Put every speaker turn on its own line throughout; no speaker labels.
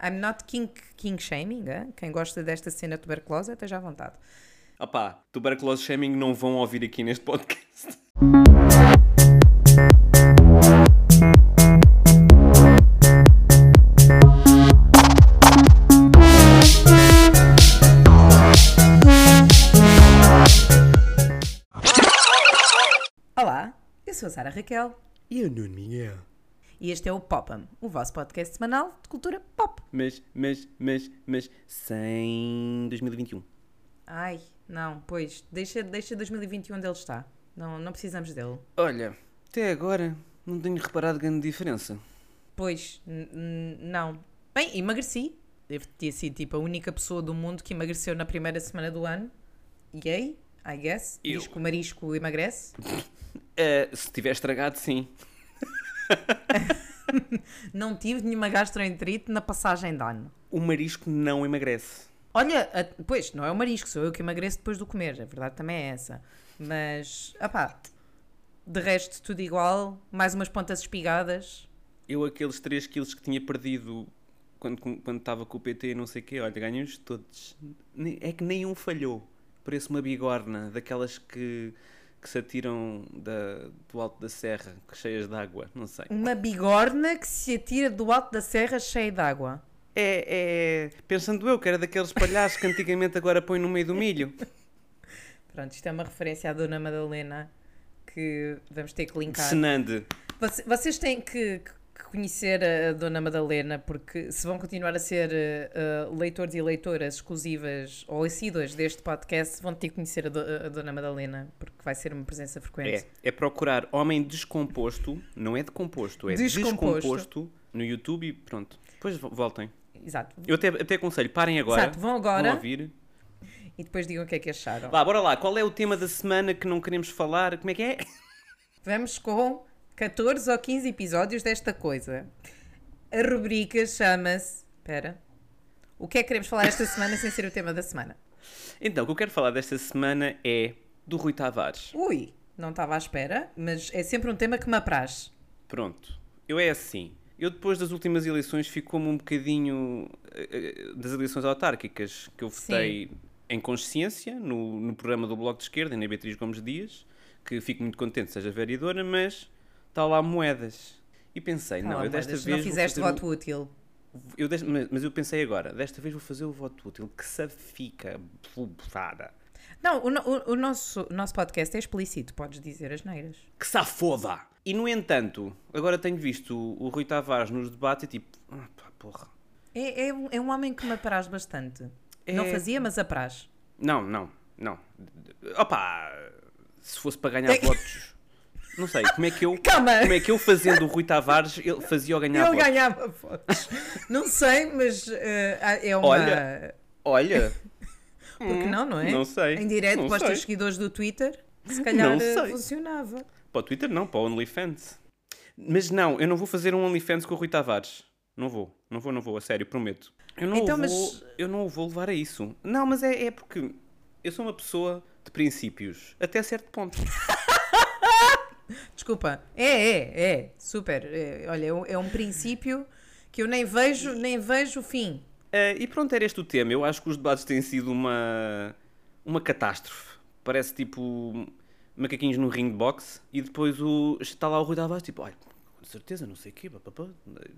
I'm not king, king shaming. eh? Quem gosta desta cena tuberculosa, esteja à vontade.
Opá, tuberculose shaming não vão ouvir aqui neste podcast.
Olá, eu sou a Sara Raquel
E o Nuno Miguel?
e este é o Popam, o vosso podcast semanal de cultura pop.
Mas, mas, mas, mas, sem 2021.
Ai, não, pois, deixa, deixa 2021 onde ele está. Não, não precisamos dele.
Olha, até agora não tenho reparado grande diferença.
Pois, n- n- não. Bem, emagreci. Devo ter sido tipo a única pessoa do mundo que emagreceu na primeira semana do ano. Yay, I guess.
Eu.
Diz que o marisco emagrece.
Eh, se tiver estragado, sim.
Não tive nenhuma gastroenterite na passagem de ano.
O marisco não emagrece.
Olha, a- pois, não é o marisco, sou eu que emagreço depois do comer, a verdade também é essa. Mas, opá, de resto tudo igual, mais umas pontas espigadas.
Eu, aqueles 3 quilos que tinha perdido quando com- quando estava com o PT e não sei o quê, olha, ganhei-os todos. Ne- É que nenhum falhou. Parece uma bigorna, daquelas que, que se atiram da- do alto da serra, que cheias de água, não sei.
Uma bigorna que se atira do alto da serra cheia de água.
É, é. Pensando eu que era daqueles palhaços que antigamente agora põe no meio do milho.
Pronto, isto é uma referência à Dona Madalena que vamos ter que linkar.
Senande.
Voce- Vocês têm que, que conhecer a a Dona Madalena, porque se vão continuar a ser eh, eh, leitores e leitoras exclusivas ou assíduas deste podcast, vão ter que conhecer a, do- a Dona Madalena, porque vai ser uma presença frequente.
É, é procurar homem descomposto, não é decomposto, é
Descomposto.
descomposto, no YouTube e pronto. Depois vo- voltem.
Exato.
Eu até, até aconselho, parem agora.
Exato, vão agora.
ouvir.
E depois digam o que é que acharam.
Vá, bora lá. Qual é o tema da semana que não queremos falar? Como é que é?
Vamos com 14 ou 15 episódios desta coisa. A rubrica chama-se. Espera. O que é que queremos falar esta semana sem ser o tema da semana?
Então, o que eu quero falar desta semana é do Rui Tavares.
Ui, não estava à espera, mas é sempre um tema que me apraz.
Pronto. Eu é assim. Eu depois das últimas eleições ficou-me um bocadinho eh, eh, das eleições autárquicas que eu votei em consciência no, no programa do Bloco de Esquerda, na Beatriz Gomes Dias, que fico muito contente seja vereadora, mas está lá moedas. E pensei,
Tá
não,
lá,
eu desta
Moedas,
vez
não
vou
fizeste
fazer um-
voto útil.
Eu desta- mas, mas eu pensei agora, desta vez vou fazer o voto útil, que safica, bufada.
Não, o, no- o- o nosso, o nosso podcast é explícito, podes dizer as neiras.
que safoda! E no entanto, agora tenho visto o, o Rui Tavares nos debates e tipo, ah, pá, porra.
É, é um- é um homem que me apraz bastante.
É-
Não fazia, mas apraz.
Não, não, não. Opa, se fosse para ganhar votos, não sei, como é que eu,
É Calma!
como é que eu fazendo o Rui Tavares, ele fazia-o ganhar
Ele
votos?
ganhava votos. Não sei, mas eh, é uma.
Olha. Olha,
Porque não, não é?
não sei.
Em direto
Não
para os teus
sei.
seguidores do Twitter, se calhar
Não
eh,
sei.
funcionava.
para o Twitter não, para o OnlyFans. Mas não, eu não vou fazer um OnlyFans com o Rui Tavares. Não vou, não vou, não vou, a sério, prometo. Eu não,
Então,
o
mas-
vou, eu não o vou levar a isso. Não, mas é, é porque eu sou uma pessoa de princípios, até certo ponto.
Desculpa. É, é, é. Super. É, olha, é um- é um princípio que eu nem vejo, nem vejo o fim.
Eh, e pronto, era este o tema. Eu acho que os debates têm sido uma, uma catástrofe. Parece tipo macaquinhos no ring de boxe e depois o, está lá o Rui Tavares, tipo, olha, com certeza, não sei o quê, papapá,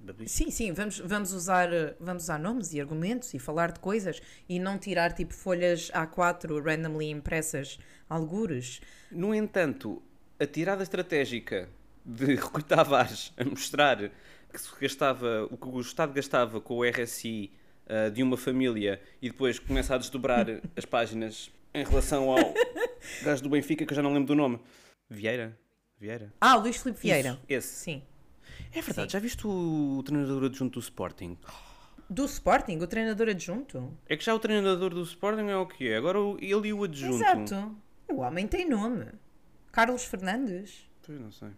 babá."
Sim, sim, vamos, vamos, usar, eh, vamos usar nomes e argumentos e falar de coisas e não tirar tipo folhas A4 randomly impressas, algures.
No entanto, a tirada estratégica de Rui Tavares a mostrar que se gastava, o que o Estado gastava com o RSI ah, de uma família e depois começa a desdobrar as páginas em relação ao gajo do Benfica, que eu já não lembro do nome. Vieira? Vieira?
Ah, Luís Filipe Vieira.
Isso, esse.
Sim.
É verdade, já viste o treinador adjunto do Sporting?
Do Sporting, o treinador adjunto.
É que já o treinador do Sporting é o que é, agora o- ele e o adjunto.
Exato. O homem tem nome. Carlos Fernandes.
Pois não sei.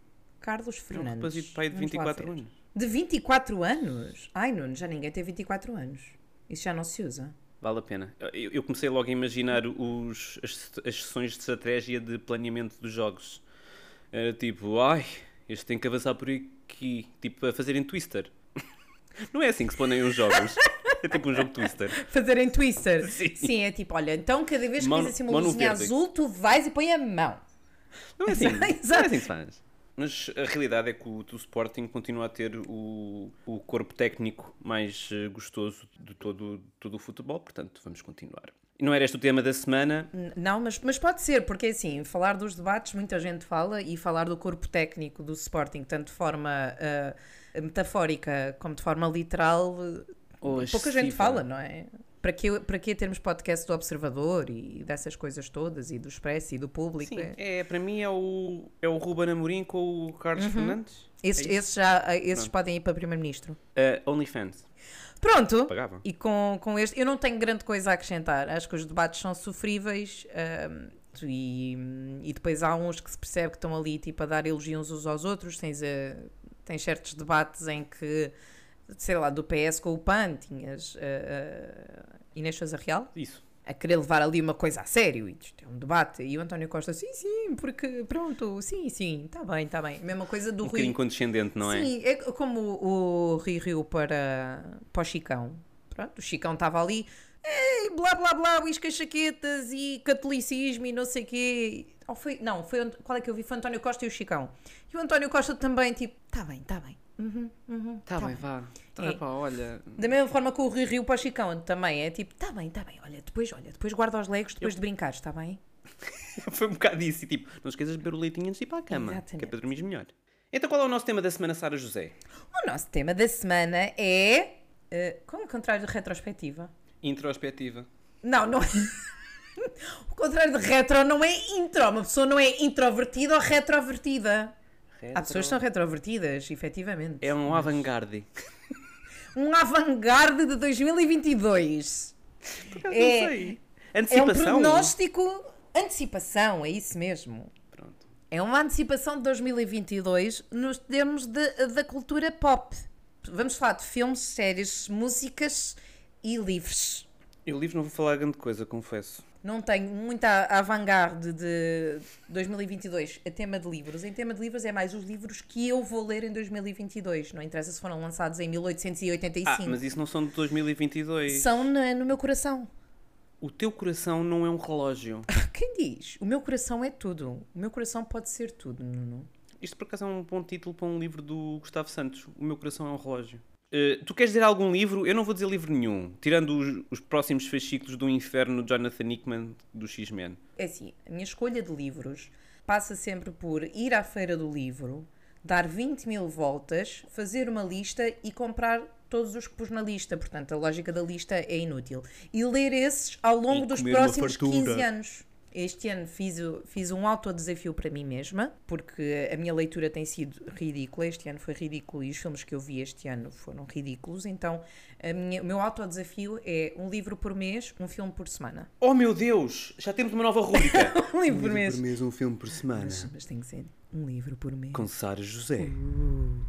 Carlos Fernandes.
É um rapazito pai de
Vamos lá
24
ver.
anos.
De 24 anos? Ai, Nuno, já ninguém tem 24 anos. Isso já não se usa.
Vale a pena. Eu, eu comecei logo a imaginar os, as, as sessões de estratégia de planeamento dos jogos. Era tipo, ai, este tem que avançar por aqui. Tipo, a fazerem twister. Não é assim que se planeiam os jogos. É tipo um jogo twister.
Fazerem twister.
Sim.
Sim. é tipo, olha, então cada vez que
Mão-
tens assim uma
mão no
luzinha
verde.
azul, tu vais e põe a mão.
Não é assim, não é
Exato.
assim que se faz. Mas a realidade é que o, o Sporting continua a ter o, o corpo técnico mais eh, gostoso de todo, todo o futebol, portanto vamos continuar. E não era este o tema da semana?
N- Não, mas, mas pode ser, porque assim, falar dos debates, muita gente fala, e falar do corpo técnico do Sporting, tanto de forma ah, metafórica como de forma literal, pouca gente fala, não é? Para que, para que termos podcast do Observador e dessas coisas todas, e do Expresso e do Público?
Sim,
é?
é, para mim é o, é o Ruben Amorim com o Carlos
Uhum.
Fernandes.
Esses,
É isso.
esses já, eh, esses
Pronto.
podem ir para Primeiro-Ministro.
Eh, OnlyFans.
Pronto!
Pagava.
E com, com este, eu não tenho grande coisa a acrescentar. Acho que os debates são sofríveis ahm, e, e depois há uns que se percebe que estão ali tipo, a dar elogios uns aos outros. Tens, eh, tens certos debates em que, sei lá, do PS com o PAN, tinhas eh, eh, Inês Sousa Real
Isso.
a querer levar ali uma coisa a sério. e Isto é um debate. E o António Costa, sim, sim, porque pronto, sim, sim, está bem, está bem. Mesma coisa do
Um
Rui.
bocadinho condescendente, não é?
Sim, é como o, o Rui Rio para, para o Chicão. Pronto, o Chicão estava ali, "Ei, blá blá blá, uíscas chaquetas e catolicismo e não sei quê. Ou foi, não, foi, Ant- qual é que eu vi? Foi António Costa e o Chicão. E o António Costa também, tipo, está bem, está bem. Uhum, uhum,
Tá,
tá
bem, vá. Tá,
É.
pá, olha.
Da mesma forma que o Rui Rio para o Chicão também é tipo, está bem, está bem, olha, depois, olha, depois guarda os legos depois de brincares, está bem?
Foi um bocado isso. E tipo, não esqueças de beber o leitinho antes de ir para a cama, que é
Exatamente.
para dormir melhor. Então qual é o nosso tema da semana, Sara José?
O nosso tema da semana é. eh, como o contrário de retrospectiva?
Introspectiva.
Não, não é. o contrário de retro não é intro. Uma pessoa não é introvertida ou retrovertida. Há pessoas que são retrovertidas, efetivamente.
É um avant-garde.
Um avant-garde de 2022. É-
não sei.
É um
Antecipação.
prognóstico. Antecipação, é isso mesmo.
Pronto.
É uma antecipação de 2022 nos termos de- da cultura pop. Vamos falar de filmes, séries, músicas e livros.
Eu livro não vou falar grande coisa, confesso.
Não tenho muita avant-garde de 2022 a tema de livros. Em tema de livros é mais os livros que eu vou ler em 2022. Não interessa se foram lançados em 1885.
Ah, mas isso não são de 2022.
São na- no meu coração. Ah,
O teu coração não é um relógio.
Quem diz? O meu coração é tudo. O meu coração pode ser tudo, Nuno.
Isto por acaso é um bom título para um livro do Gustavo Santos. O meu coração é um relógio. Eh, tu queres dizer algum livro? Eu não vou dizer livro nenhum, tirando os, os próximos fascículos do inferno de Jonathan Hickman do X-Men.
É assim, a minha escolha de livros passa sempre por ir à feira do livro, dar 20 mil voltas, fazer uma lista e comprar todos os que pus na lista. Portanto, a lógica da lista é inútil. E ler esses ao longo
E
dos
comer uma
próximos
fartura.
15 anos. Este ano fiz, o- fiz um autodesafio para mim mesma, porque a minha leitura tem sido ridícula. Este ano foi ridículo e os filmes que eu vi este ano foram ridículos. Então, a minha, o meu autodesafio é um livro por mês, um filme por semana.
Oh meu Deus! Já temos uma nova rubrica!
Um livro por mês.
um filme por semana.
Mas, mas tem que ser um livro por mês.
Com Sara José.
Uh.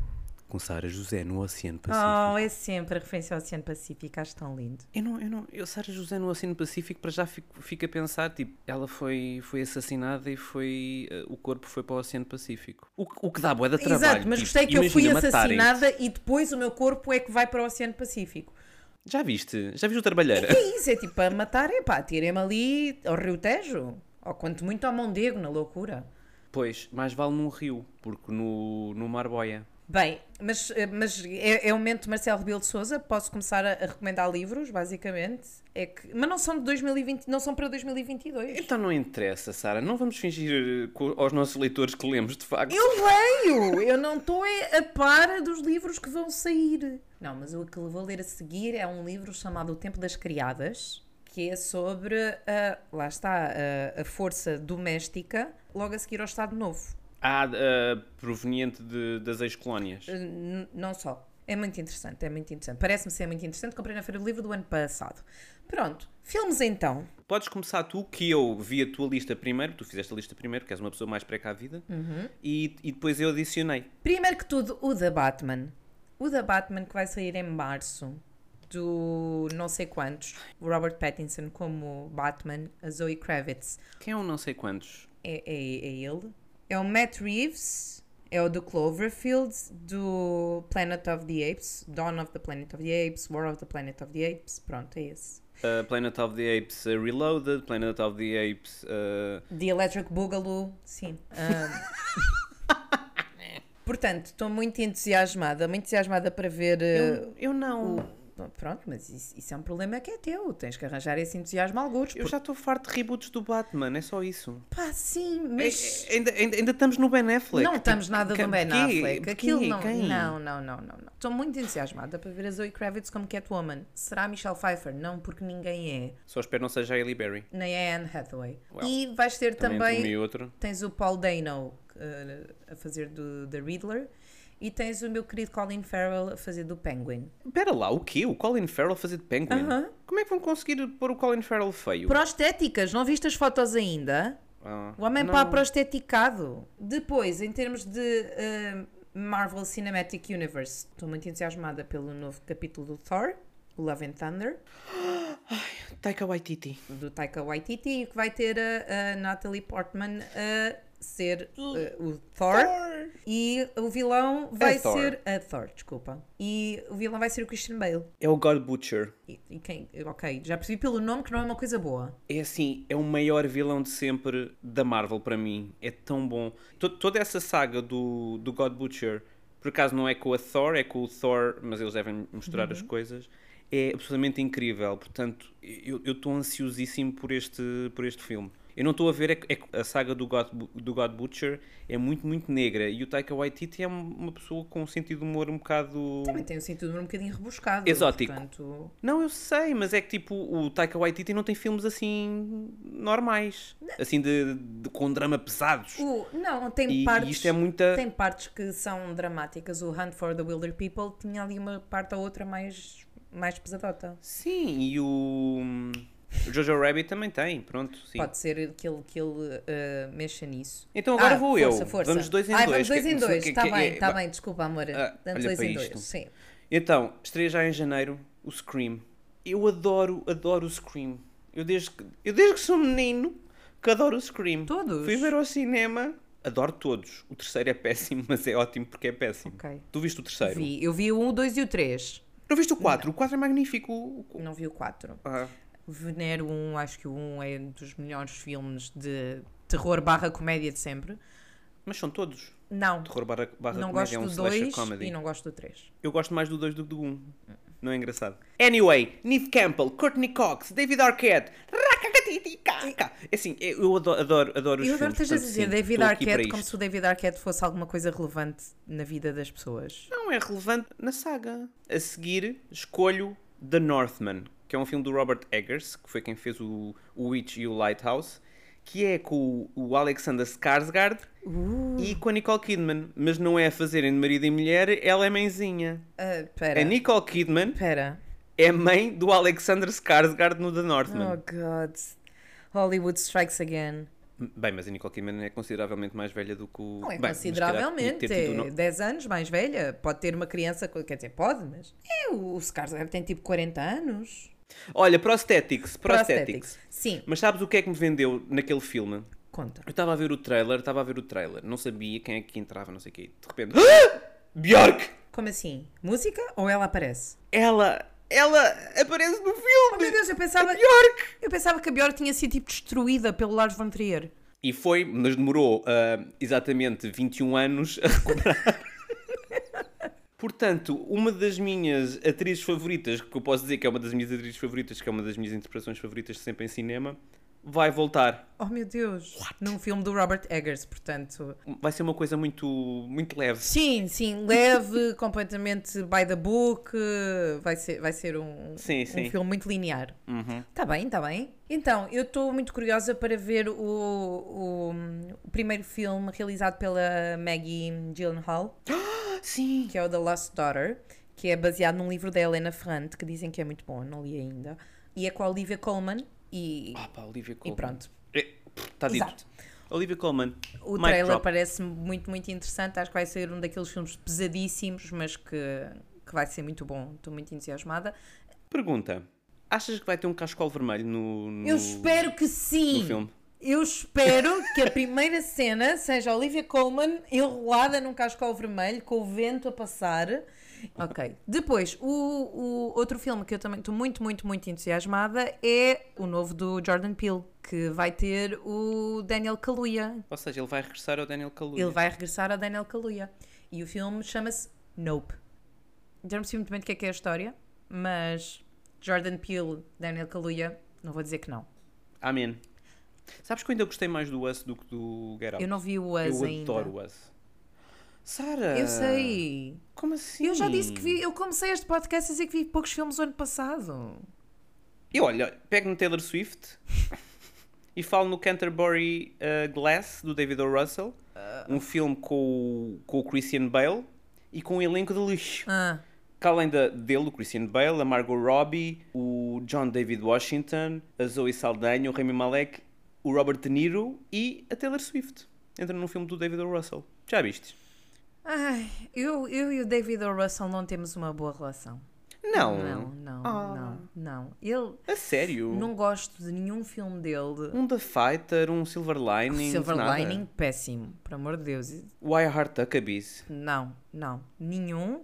Com Sara José no Oceano Pacífico.
Oh, é sempre a referência ao Oceano Pacífico, acho tão lindo.
Eu não, eu não, eu Sara José no Oceano Pacífico para já fico, fico a pensar, tipo, ela foi, foi assassinada e foi, eh, o corpo foi para o Oceano Pacífico. O, que- o que dá bué de trabalho.
Exato, mas
tipo,
gostei que eu fui
imagina matarem-te.
assassinada e depois o meu corpo é que vai para o Oceano Pacífico.
Já viste? Já viste o Trabalheira?
Que é isso? É tipo, a matar, é pá, tirem-me ali ao Rio Tejo. Ou quanto muito ao Mondego, na loucura.
pois, mais vale num rio, porque no, no mar boia.
Bem, mas, eh, mas é, é o momento de Marcelo Rebelo de Souza. Posso começar a, a recomendar livros, basicamente. É que, mas não são de 2020, não são para 2022.
Então não interessa, Sara. Não vamos fingir eh, co- aos nossos leitores que lemos, de facto.
Eu leio! Eu não estou é a par dos livros que vão sair. Não, mas o que eu vou ler a seguir é um livro chamado O Tempo das Criadas, que é sobre, a, lá está, ah, a, a força doméstica, logo a seguir ao Estado Novo.
Ah, eh, proveniente de- das ex-colónias.
N- não só. É muito interessante, é muito interessante. Parece-me ser muito interessante. Comprei na Feira do Livro do ano passado. Pronto, filmes então.
Podes começar tu, que eu vi a tua lista primeiro, tu fizeste a lista primeiro, que és uma pessoa mais precavida,
Uhum.
e, e depois eu adicionei.
Primeiro que tudo, o da Batman. O da Batman que vai sair em março do não sei quantos. O Robert Pattinson como Batman, a Zoe Kravitz
Quem é um não sei quantos?
é, é, é ele. É o Matt Reeves, é o do Cloverfield, do Planet of the Apes, Dawn of the Planet of the Apes, War of the Planet of the Apes, pronto, é esse.
Uh, Planet of the Apes uh, Reloaded, Planet of the Apes. uh,
The Electric Boogaloo, sim. Ahm. portanto, estou muito entusiasmada, muito entusiasmada para ver... eh,
eu, eu não.
o- Pronto, mas isso, isso é um problema que é teu, tens que arranjar esse entusiasmo a alguns.
Eu já estou farto de reboots do Batman, é só isso.
Pá, sim, mas...
A- ainda, ainda, ainda estamos no Ben Affleck. Tipo,
Não estamos nada
Quem-
do Ben
quê?
Affleck.
Quê?
Aquilo não,
Quem?
não, não, não, não, não. Estou muito entusiasmada para ver a Zoe Kravitz como Catwoman. Será a Michelle Pfeiffer? Não, porque ninguém é.
Só espero não seja a Hailey Berry.
Nem é Anne Hathaway.
Well,
e vais ter
Também,
também,
entre um e outro.
tens o Paul Dano eh, a fazer do The Riddler e tens o meu querido Colin Farrell a fazer do Penguin.
Pera lá, o quê? O Colin Farrell fazer de Penguin?
Aham.
Como é que vão conseguir pôr o Colin Farrell feio?
Prostéticas, não viste as fotos ainda?
Ah,
O homem
não.
pá prosteticado. Depois, em termos de eh, Marvel Cinematic Universe, estou muito entusiasmada pelo novo capítulo do Thor, o Love and Thunder,
Taika Waititi.
do Taika Waititi, e que vai ter a, a Natalie Portman a ser eh, o Thor. E o vilão vai
É Thor.
ser. A Thor, desculpa. E o vilão vai ser o Christian Bale.
É o God Butcher.
E, e quem? Ok, já percebi pelo nome que não é uma coisa boa.
É assim, é o maior vilão de sempre da Marvel para mim. É tão bom. To- toda essa saga do, do God Butcher, por acaso não é com a Thor, é com o Thor, mas eles devem mostrar as coisas. É absolutamente incrível. Portanto, eu eu estou ansiosíssimo por este, por este filme. Eu não estou a ver, é, que- é que a saga do God, Bu- do God Butcher é muito, muito negra. E o Taika Waititi é um- uma pessoa com um sentido de humor um bocado.
Também tem um sentido um bocadinho rebuscado.
Exótico.
Portanto,
Não, eu sei, mas é que tipo, o Taika Waititi não tem filmes assim normais. Assim de, de- com drama pesados.
o, não, tem
E,
partes.
e isto é muita.
Tem partes que são dramáticas. O Hunt for the Wilder People tinha ali uma parte ou outra mais, mais pesadota.
Sim, e o. o Jojo Rabbit também tem, pronto, sim.
Pode ser que ele, que ele uh, mexa nisso.
Então agora
Ah,
vou
força,
eu.
Força.
Vamos dois em
Ai, Vamos
dois.
dois
Que-
em
que-
dois.
que-
Está
que-
bem,
é-
está bem. Desculpa, amor.
Ah,
Damos
olha
dois
para
em
isto.
dois. Sim.
Então, estreia já em janeiro o Scream. Eu adoro, adoro o Scream. Eu desde que, eu desde que sou menino que adoro o Scream.
Todos?
Fui ver ao cinema. Adoro todos. O terceiro é péssimo, mas é ótimo porque é péssimo.
Ok.
Tu viste o terceiro?
Vi. Eu vi o 1, o 2 e o 3.
Não viste o 4? O 4 é magnífico. O- o-
Não vi o 4.
Ah,
Venero 1, acho que o 1 é um dos melhores filmes de terror barra comédia de sempre.
mas são todos.
Não.
Terror barra, barra
Não
comédia
gosto
é um
do
slasher
2
comedy.
e não gosto do 3.
Eu gosto mais do 2 do que do 1. Um. Não é engraçado. Anyway, Neve Campbell, Courtney Cox, David Arquette. Racacatiticaca. É assim, eu eu adoro, adoro, adoro os
Eu agora estás
filmes.
a
portanto,
dizer
sim,
David
estou aqui para
Arquette como
isto.
se o David Arquette fosse alguma coisa relevante na vida das pessoas.
Não é relevante na saga. A seguir, escolho The Northman, que é um filme do Robert Eggers, que foi quem fez o, o Witch e o Lighthouse, que é com o, o Alexander Skarsgård e com a Nicole Kidman. Mas não é a fazerem de marido e mulher, ela é mãezinha.
Ah,
A
pera,
Nicole Kidman
pera.
é mãe do Alexander Skarsgård no The
Oh
Northman.
God. Hollywood strikes again.
Bem, mas a Nicole Kidman é consideravelmente mais velha do que o...
Não é
Bem, mas se calhar
consideravelmente.
podia ter tido o
É
no-
10 anos mais velha. Pode ter uma criança, co- quer dizer, pode, mas. É, o, o Skarsgård tem tipo 40 anos.
Olha, prosthetics, prosthetics.
Prosthetics. Sim,
Mas sabes o que é que me vendeu naquele filme?
conta.
Eu estava a ver o trailer, estava a ver o trailer, não sabia quem é que entrava, não sei o quê. De repente. Ah! Bjork!
Como assim? Música ou ela aparece?
Ela! Ela aparece no
Oh meu
filme!
Deus, eu
é
pensava,
Bjork!
eu pensava que a Björk tinha sido tipo destruída pelo Lars von Trier.
E foi, mas demorou ah, exatamente 21 anos a recuperar. Portanto, uma das minhas atrizes favoritas, que eu posso dizer que é uma das minhas atrizes favoritas, que é uma das minhas interpretações favoritas sempre em cinema, vai voltar.
Oh meu Deus. Num filme do Robert Eggers, portanto.
Vai ser uma coisa muito, muito leve.
Sim, sim, leve, completamente by the book. eh, Vai ser, vai ser um,
Sim,
um
sim.
filme muito linear.
Uhum.
Está bem, está bem. Então, eu estou muito curiosa para ver o, o, o primeiro filme realizado pela Maggie Gyllenhaal,
Sim!
que é o The Lost Daughter, que é baseado num livro da Helena Ferrante, que dizem que é muito bom, não li ainda. E é com a Olivia Colman e,
Ah, pá, Olivia
e
Colman.
pronto.
Está dito.
Exato.
Olivia Colman.
O
mic
trailer
drop.
parece muito, muito interessante. Acho que vai ser um daqueles filmes pesadíssimos, mas que, que vai ser muito bom. Estou muito entusiasmada.
Pergunta: achas que vai ter um cascol vermelho no. no-
Eu espero que
no
sim!
filme?
Eu espero que a primeira cena seja a Olivia Colman enrolada num cascal vermelho com o vento a passar. Ok. Depois, o, o outro filme que eu também estou muito, muito, muito entusiasmada é o novo do Jordan Peele, que vai ter o Daniel Kaluuya.
Ou seja, ele vai regressar ao Daniel Kaluuya.
Ele vai regressar ao Daniel Kaluuya. E o filme chama-se Nope. Já não percebi muito bem do que é que é a história, mas Jordan Peele, Daniel Kaluuya, não vou dizer que não.
Amém. Sabes que eu ainda gostei mais do Us do que do Get Out?
Eu não vi o Us
Eu
ainda.
adoro o Us. Sara!
Eu sei.
Como assim?
Eu já disse que vi, eu comecei este podcast a dizer que vi poucos filmes o ano passado.
E olha, pego no Taylor Swift e falo no Canterbury uh, Glass do David O. Russell,
Ah.
um filme com, o- com o Christian Bale e com um elenco de lixo.
Ah,
Que além da, dele, o Christian Bale, a Margot Robbie, o John David Washington, a Zoe Saldanha, o Rami Malek, o Robert De Niro e a Taylor Swift. Entra num filme do David O. Russell. Já viste?
ai, eu, eu e o David O. Russell não temos uma boa relação.
Não.
Não, não,
Ah.
não, não. Ele
A sério?
não gosto de nenhum filme dele.
Um The Fighter, um Silver Lining.
Silver
nada.
Lining, péssimo, por amor de Deus.
Why Heart Tuckabies.
tipo, Não, não, nenhum.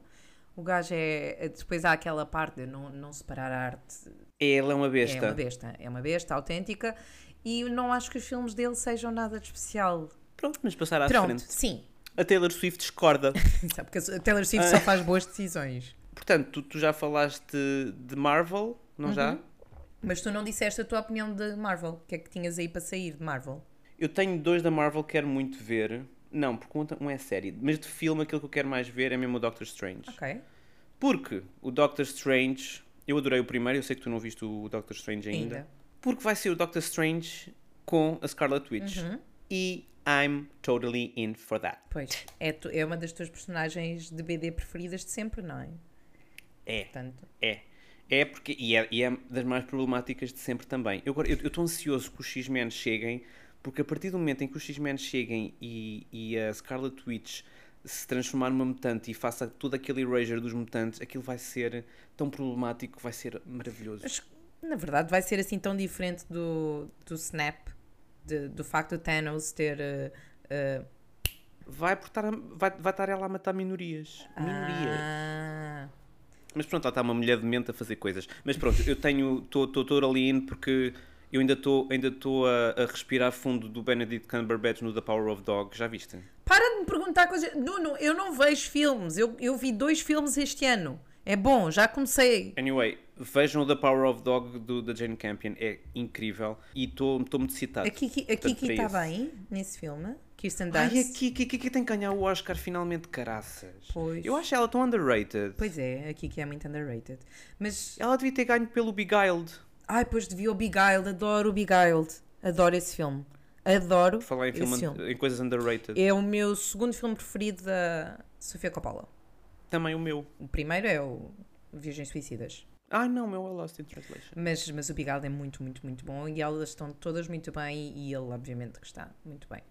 O gajo é. Depois há aquela parte de não, não separar a arte.
Ele é uma besta.
É uma besta, é uma besta autêntica. E não acho que os filmes dele sejam nada de especial.
Pronto, vamos passar à
Pronto,
frente.
sim.
A Taylor Swift discorda.
Sabe, porque a Taylor Swift
Ah.
só faz boas decisões.
Portanto, tu, tu já falaste de Marvel, não
Uhum.
já?
Mas tu não disseste a tua opinião de Marvel. O que é que tinhas aí para sair de Marvel?
Eu tenho dois da Marvel que quero muito ver. Não, porque um- um é série. Mas de filme, aquilo que eu quero mais ver é mesmo o Doctor Strange.
Ok.
Porque o Doctor Strange... Eu adorei o primeiro, eu sei que tu não viste o Doctor Strange ainda.
Ainda.
Porque vai ser o Doctor Strange com a Scarlet Witch. E I'm totally in for that.
Pois. É, tu- é uma das tuas personagens de BD preferidas de sempre, não é?
É,
Portanto,
É. É porque. E é, e é das mais problemáticas de sempre também. Eu agora- eu estou ansioso que os X-Men cheguem, porque a partir do momento em que os X-Men cheguem e, e a Scarlet Witch se transformar numa mutante e faça todo aquele erasure dos mutantes, aquilo vai ser tão problemático, vai ser maravilhoso.
mas, na verdade vai ser assim tão diferente do, do Snap, de- do facto do Thanos ter. eh, eh,
Vai, portar a- vai, vai estar ela a matar minorias. Minorias.
ah,
Mas pronto, lá está uma mulher de mente a fazer coisas. Mas pronto, eu tenho. Estou ali in porque eu ainda estou ainda tô a, a respirar fundo do Benedict Cumberbatch no The Power of Dog. Já viste?
Para de me perguntar coisas. Nuno, eu não vejo filmes. Eu, eu vi dois filmes este ano. É bom, já comecei.
Anyway, vejam o The Power of Dog do, da Jane Campion. É incrível. E estou muito excitado.
A Kiki, a Kiki
para
está
isso.
tá bem nesse filme? Kirsten Dunst?
Ai, a Kiki, a Kiki tem que ganhar o Oscar finalmente, caraças.
Pois.
Eu acho ela tão underrated.
Pois é, a Kiki é muito underrated. Mas,
Ela devia ter ganho pelo Beguiled.
ai, pois devia o Beguiled. Adoro o Beguiled. Adoro esse filme. Adoro
Por falar em,
esse
filme,
filme.
em coisas underrated.
É o meu segundo filme preferido da Sofia Coppola.
Também o meu.
O primeiro é o Virgens Suicidas.
Ah, não, o meu é Lost in Translation.
Mas, mas o Beguiled é muito, muito, muito bom. E elas estão todas muito bem. E ele, obviamente, que está muito bem.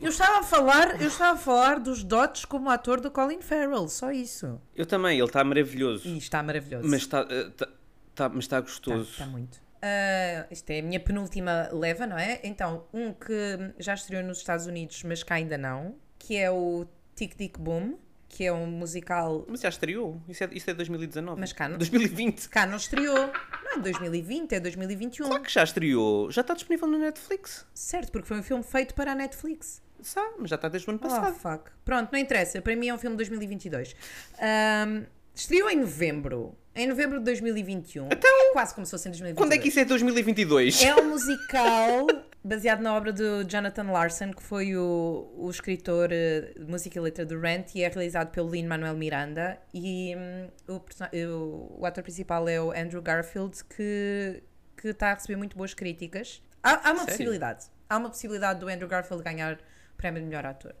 Eu estava a falar, eu estava a falar dos dotes como ator do Colin Farrell, só isso.
Eu também, ele está maravilhoso.
E está maravilhoso.
Mas está eh, tá, tá- mas tá gostoso.
Está muito. Ah, isto é a minha penúltima leva, não é? Então, um que já estreou nos Estados Unidos, mas cá ainda não, que é o Tic Tic Boom, que é um musical.
Mas já estreou. Isso é, isso é 2019.
Mas cá não-
2020.
Cá não estreou. Não é de 2020, é 2021.
Claro que já estreou. Já está disponível no Netflix.
Certo, porque foi um filme feito para a Netflix.
Sá, mas já está desde o ano
Oh,
passado.
fuck. Pronto, não interessa. Para mim é um filme de 2022. Ahm, estreou em novembro. Em novembro de 2021. É quase como se fosse em 2022.
Então, Quando é que isso é 2022?
É um musical baseado na obra do Jonathan Larson, que foi o, o escritor eh, de música e letra do Rent, e é realizado pelo Lin-Manuel Miranda. E hum, o, persona- o- o ator principal é o Andrew Garfield, que que está a receber muito boas críticas. Há, há uma
Sério?
possibilidade. Há uma possibilidade do Andrew Garfield ganhar o prémio de melhor ator.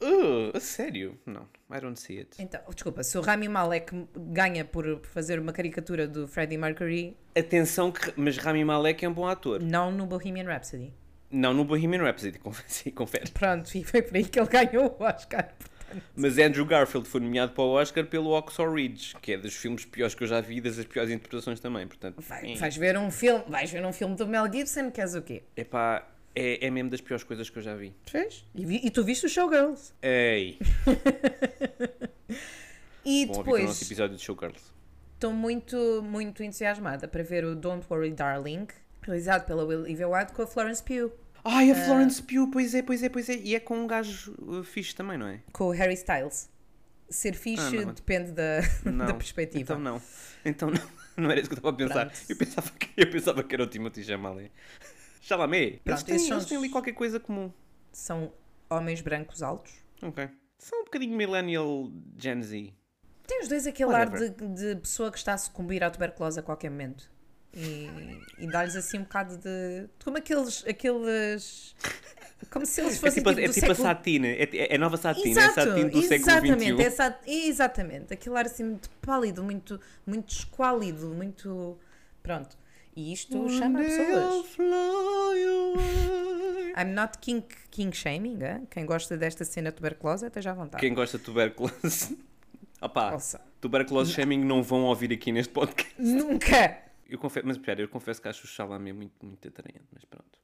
Uh, a sério? Não. I don't see it.
Então, desculpa, se o Rami Malek ganha por por fazer uma caricatura do Freddie Mercury,
Atenção, que, mas Rami Malek é um bom ator.
não no Bohemian Rapsody.
Não no Bohemian Rhapsody, confere. confere.
Pronto, e foi por aí que ele ganhou o Oscar. portanto.
Mas Andrew Garfield foi nomeado para o Oscar pelo Oxo Ridge, que é dos filmes piores que eu já vi e das piores interpretações também, portanto...
Vai- vais, ver um filme, vais ver um filme do Mel Gibson, queres o quê?
Epá, é, é mesmo das piores coisas que eu já vi.
Fez? E, vi- e tu viste o Showgirls.
Ei!
E
Bom, um ouvir o nosso
depois
episódio de Showgirls.
estou muito, muito entusiasmada para ver o Don't Worry Darling, realizado pela Will Evil White com a Florence Pugh,
Ai, a
Ah.
Florence Pugh, pois é, pois é, pois é. E é com um gajo uh, fixe também, não é?
com o Harry Styles. Ser fixe
Ah, não.
depende da, da perspectiva.
Então não. Então não. Não era isso que eu estava a pensar.
Pronto.
Eu pensava, que, eu pensava que era o Timothy Chalamet. Chalamet.
Pronto,
eles têm,
esses são
eles têm
os-
ali qualquer coisa comum.
São homens brancos altos.
Ok. São um bocadinho millennial Gen Z.
Tem os dois aquele ar de,
Whatever.
de pessoa que está a sucumbir à tuberculose a qualquer momento. E, e dá-lhes assim um bocado de. Como aqueles. aqueles como se eles
É
fossem.
tipo, a-
tipo
é
do
tipo a
século-
Satina. É, ti- é a nova Satina. é a Satina do século um.
exatamente,
XXI.
é sa- exatamente. Aquele ar assim muito pálido, muito, muito esquálido, muito. Pronto. E isto
Oh,
chama pessoas. I'm not king, king shaming, eh? quem gosta desta cena tuberculosa, esteja à vontade.
Quem gosta de tuberculose. Opá,
Ouça.
tuberculose shaming não vão ouvir aqui neste podcast.
Nunca!
Eu confesso, mas pera, eu confesso que acho o Chalamet muito, muito atraente, mas pronto.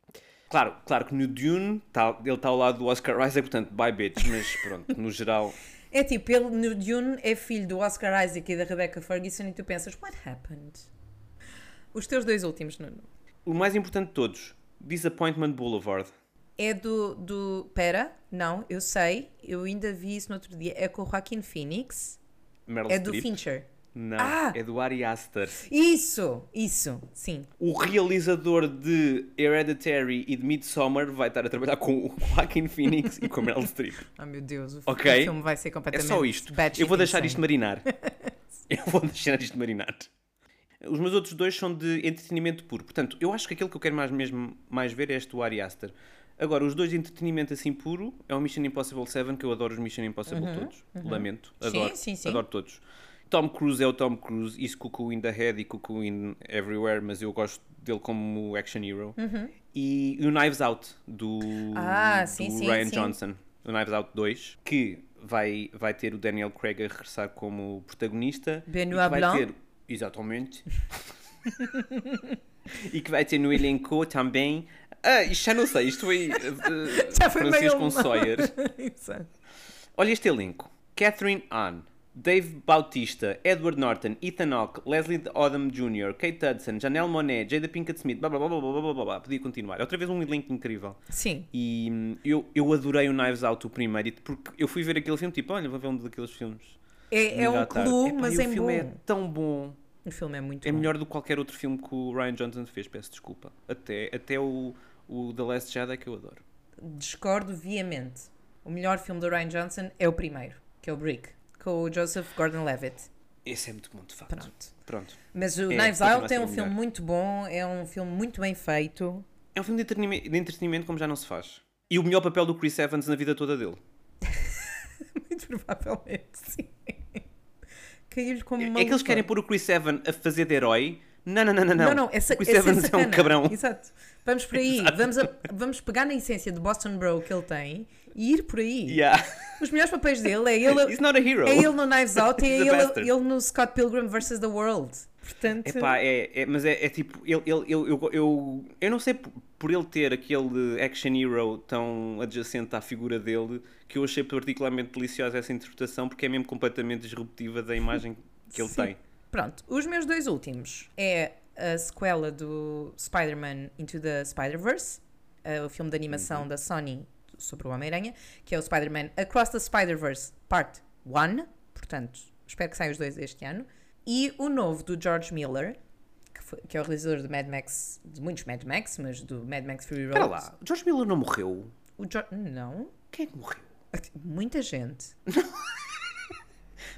Claro, claro que no Dune tá- ele está ao lado do Oscar Isaac, portanto, bye bitch, mas pronto, no geral.
É tipo, ele no Dune é filho do Oscar Isaac e da Rebecca Ferguson e tu pensas, what happened? Os teus dois últimos, Nuno.
O mais importante de todos, Disappointment Boulevard.
É do, do... Pera, não, eu sei, eu ainda vi isso no outro dia, é com o Joaquin Phoenix,
Meryl
é do
Streep.
Fincher.
Não,
Ah!
é do Ari Aster.
Isso, isso, sim.
O realizador de Hereditary e de Midsommar vai estar a trabalhar com o Joaquin Phoenix e com a Meryl Streep.
Oh meu Deus, o
Ok.
filme vai ser
É
completamente
só isto.
batshit
Eu vou deixar isto
insane.
marinar. Eu vou deixar isto marinar. Os meus outros dois são de entretenimento puro. Portanto, eu acho que aquele que eu quero mais, mesmo, mais ver é este do Ari Aster. Agora, os dois de entretenimento assim puro é o Mission Impossible 7, que eu adoro os Mission Impossible todos. Lamento.
Uhum, Sim,
Adoro.
sim, sim.
Adoro todos. Tom Cruise é o Tom Cruise. Isso cuckoo in the head e cuckoo in everywhere, mas eu gosto dele como action hero. E o Knives Out, do,
Uhum. Ah,
do
sim, sim,
Ryan
sim.
Johnson. O Knives Out 2, que vai, vai ter o Daniel Craig a regressar como protagonista.
Benoit
e que vai
Blanc.
ter- Exatamente. e que vai ter no elenco também. Ah, isto já não sei, isto foi. eh,
Já foi meio
Francisco Sawyer.
Exato.
Olha este elenco: Catherine Hahn, Dave Bautista, Edward Norton, Ethan Hawke, Leslie Odom Jr., Kate Hudson, Janelle Monáe, Jada Pinkett Smith, blá blá blá blá blá blá blá blá. Podia continuar. Outra vez um elenco incrível.
Sim.
E hum, eu, eu adorei o Knives Out, o primeiro, e- porque eu fui ver aquele filme, tipo, olha, vou ver um daqueles filmes.
É, é
Domingo à
um
tarde.
clube,
tá. Epá,
mas
e
é
o filme
bom.
é tão bom.
O filme é muito
É
bom.
melhor do que qualquer outro filme que o Ryan Johnson fez, peço desculpa. Até, até o, o The Last Jedi que eu adoro.
Discordo viamente. O melhor filme do Ryan Johnson é o primeiro, que é o Brick, com o Joseph Gordon-Levitt.
Esse é muito bom, de facto. Pronto.
Pronto. Mas o
É,
Knives
continua a
Out
ser
é um
o
filme
melhor.
muito bom, é um filme muito bem feito.
É um filme de entretenimento, de entretenimento como já não se faz. E o melhor papel do Chris Evans na vida toda dele.
Muito provavelmente, sim. Caiu-lhe como uma
É que eles
luva.
querem pôr o Chris Evans a fazer de herói. Não, não, não, não.
Não, não, essa,
o Chris
essa
Evans é um
sacana.
cabrão.
Exato. Vamos por aí, vamos, a- vamos pegar na essência de Boston Bro que ele tem e ir por aí.
Yeah.
Os melhores papéis dele é ele,
He's not a hero.
é ele no Knives Out e é
He's a
ele,
bastard.
ele no Scott Pilgrim vs. The World. Portanto,
Epá, é, é, mas é, é tipo, ele, ele, ele- eu, eu, eu não sei por, por ele ter aquele action hero tão adjacente à figura dele que eu achei particularmente deliciosa essa interpretação porque é mesmo completamente disruptiva da imagem que ele
Sim.
tem.
pronto. Os meus dois últimos é a sequela do Spider-Man Into the Spider-Verse, eh, o filme de
Uhum.
animação da Sony sobre o Homem-Aranha, que é o Spider-Man Across the Spider-Verse Part 1. Portanto, espero que saiam os dois este ano. E o novo do George Miller, que, foi- que é o realizador de Mad Max, de muitos Mad Max, mas do Mad Max Fury Road.
Espera lá, George Miller não morreu?
O Jo- Não.
Quem é que morreu?
Muita gente.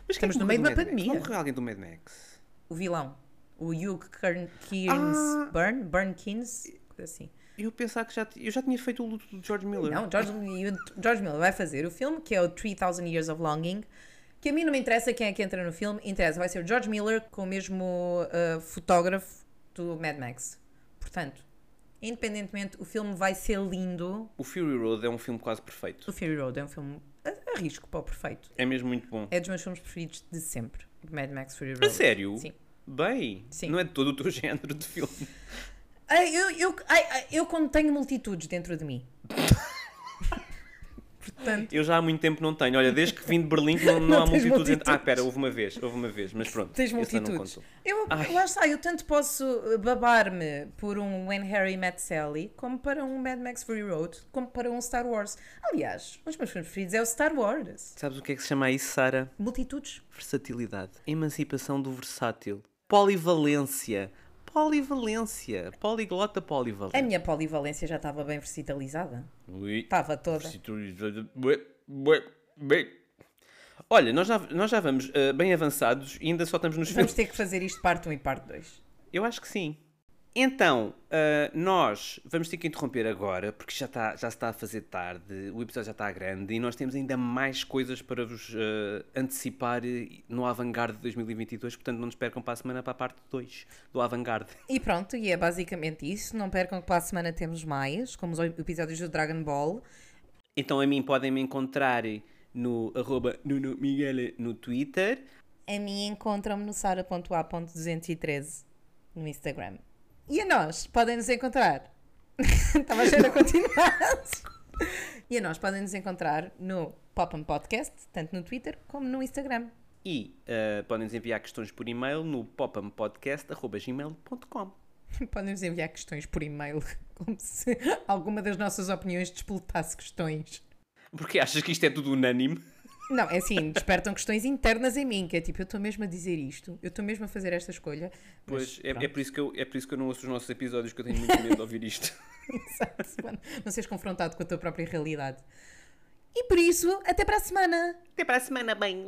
Mas quem é
Estamos
que
no
morreu
meio
do
de uma
Mad Max?
pandemia.
Não morreu alguém do Mad Max?
O vilão. O Hugh Kern- Kearns
Ah.
Byrne, Burnkins, coisa assim.
Eu pensava que já, ti- eu já tinha feito o luto do George Miller.
Não, George, e o George Miller vai fazer o filme que é o 3000 Years of Longing. Que a mim não me interessa quem é que entra no filme, interessa. Vai ser o George Miller com o mesmo ah, fotógrafo do Mad Max. Portanto, independentemente, o filme vai ser lindo.
O Fury Road é um filme quase perfeito.
O Fury Road é um filme. é- risco para o perfeito.
É mesmo muito bom.
É dos meus filmes preferidos de sempre. Mad Max Fury
A
Road.
sério?
Sim.
Bem,
Sim.
não é de todo o teu género de filme.
Ai, eu, eu, ai, ai, eu contenho multitudes dentro de mim. Portanto,
Eu já há muito tempo não tenho. Olha, desde que vim de Berlim que não, não,
Não
há
tens
multitudes. entre- Ah,
multitudes.
pera, houve uma vez, houve uma vez, mas pronto.
tens
esse não
multitudes.
contou.
Eu,
Ai.
lá está, eu tanto posso uh, babar-me por um When Harry Met Sally, como para um Mad Max Fury Road, como para um Star Wars. Aliás, um dos meus filmes preferidos é o Star Wars.
Sabes o que é que se chama isso, Sara?
Multitudes.
Versatilidade. Emancipação do versátil. Polivalência. Polivalência. Poliglota polivalência.
A minha polivalência já estava bem versatilizada.
Ui.
Estava toda.
Versatilidade. Bué, bué, bué. Olha, nós já, nós já vamos ah, bem avançados e ainda só estamos nos filmes.
Vamos ter que fazer isto parte 1 e parte 2.
Eu acho que sim. Então, ah, nós vamos ter que interromper agora, porque já, está, já se está a fazer tarde, o episódio já está grande e nós temos ainda mais coisas para vos ah, antecipar eh, no Avantgarde de 2022, portanto não nos percam para a semana para a parte 2 do Avantgarde.
E pronto, e é basicamente isso. Não percam que para a semana temos mais, como os episódios do Dragon Ball.
Então a mim podem me encontrar no arroba Nuno Miguel no Twitter.
A mim encontram-me no sara.a.213 no Instagram. E a nós podem nos encontrar. Estava a cheira a continuar. E a nós podem nos encontrar no Pop Up Podcast, tanto no Twitter como no Instagram.
E ah, podem nos enviar questões por e-mail no popampodcast.gmail.com
Podem nos enviar questões por e-mail, como se alguma das nossas opiniões despoletasse questões.
Porque achas que isto é tudo unânime?
Não, é assim, despertam questões internas em mim, que é tipo, eu estou mesmo a dizer isto, eu estou mesmo a fazer esta escolha.
Pois, é,
pronto.
é por isso que eu, é por isso que eu não ouço os nossos episódios, que eu tenho muito medo de ouvir isto.
Exato, mano. Não seres confrontado com a tua própria realidade. E por isso, até para a semana!
Até para a semana, bem.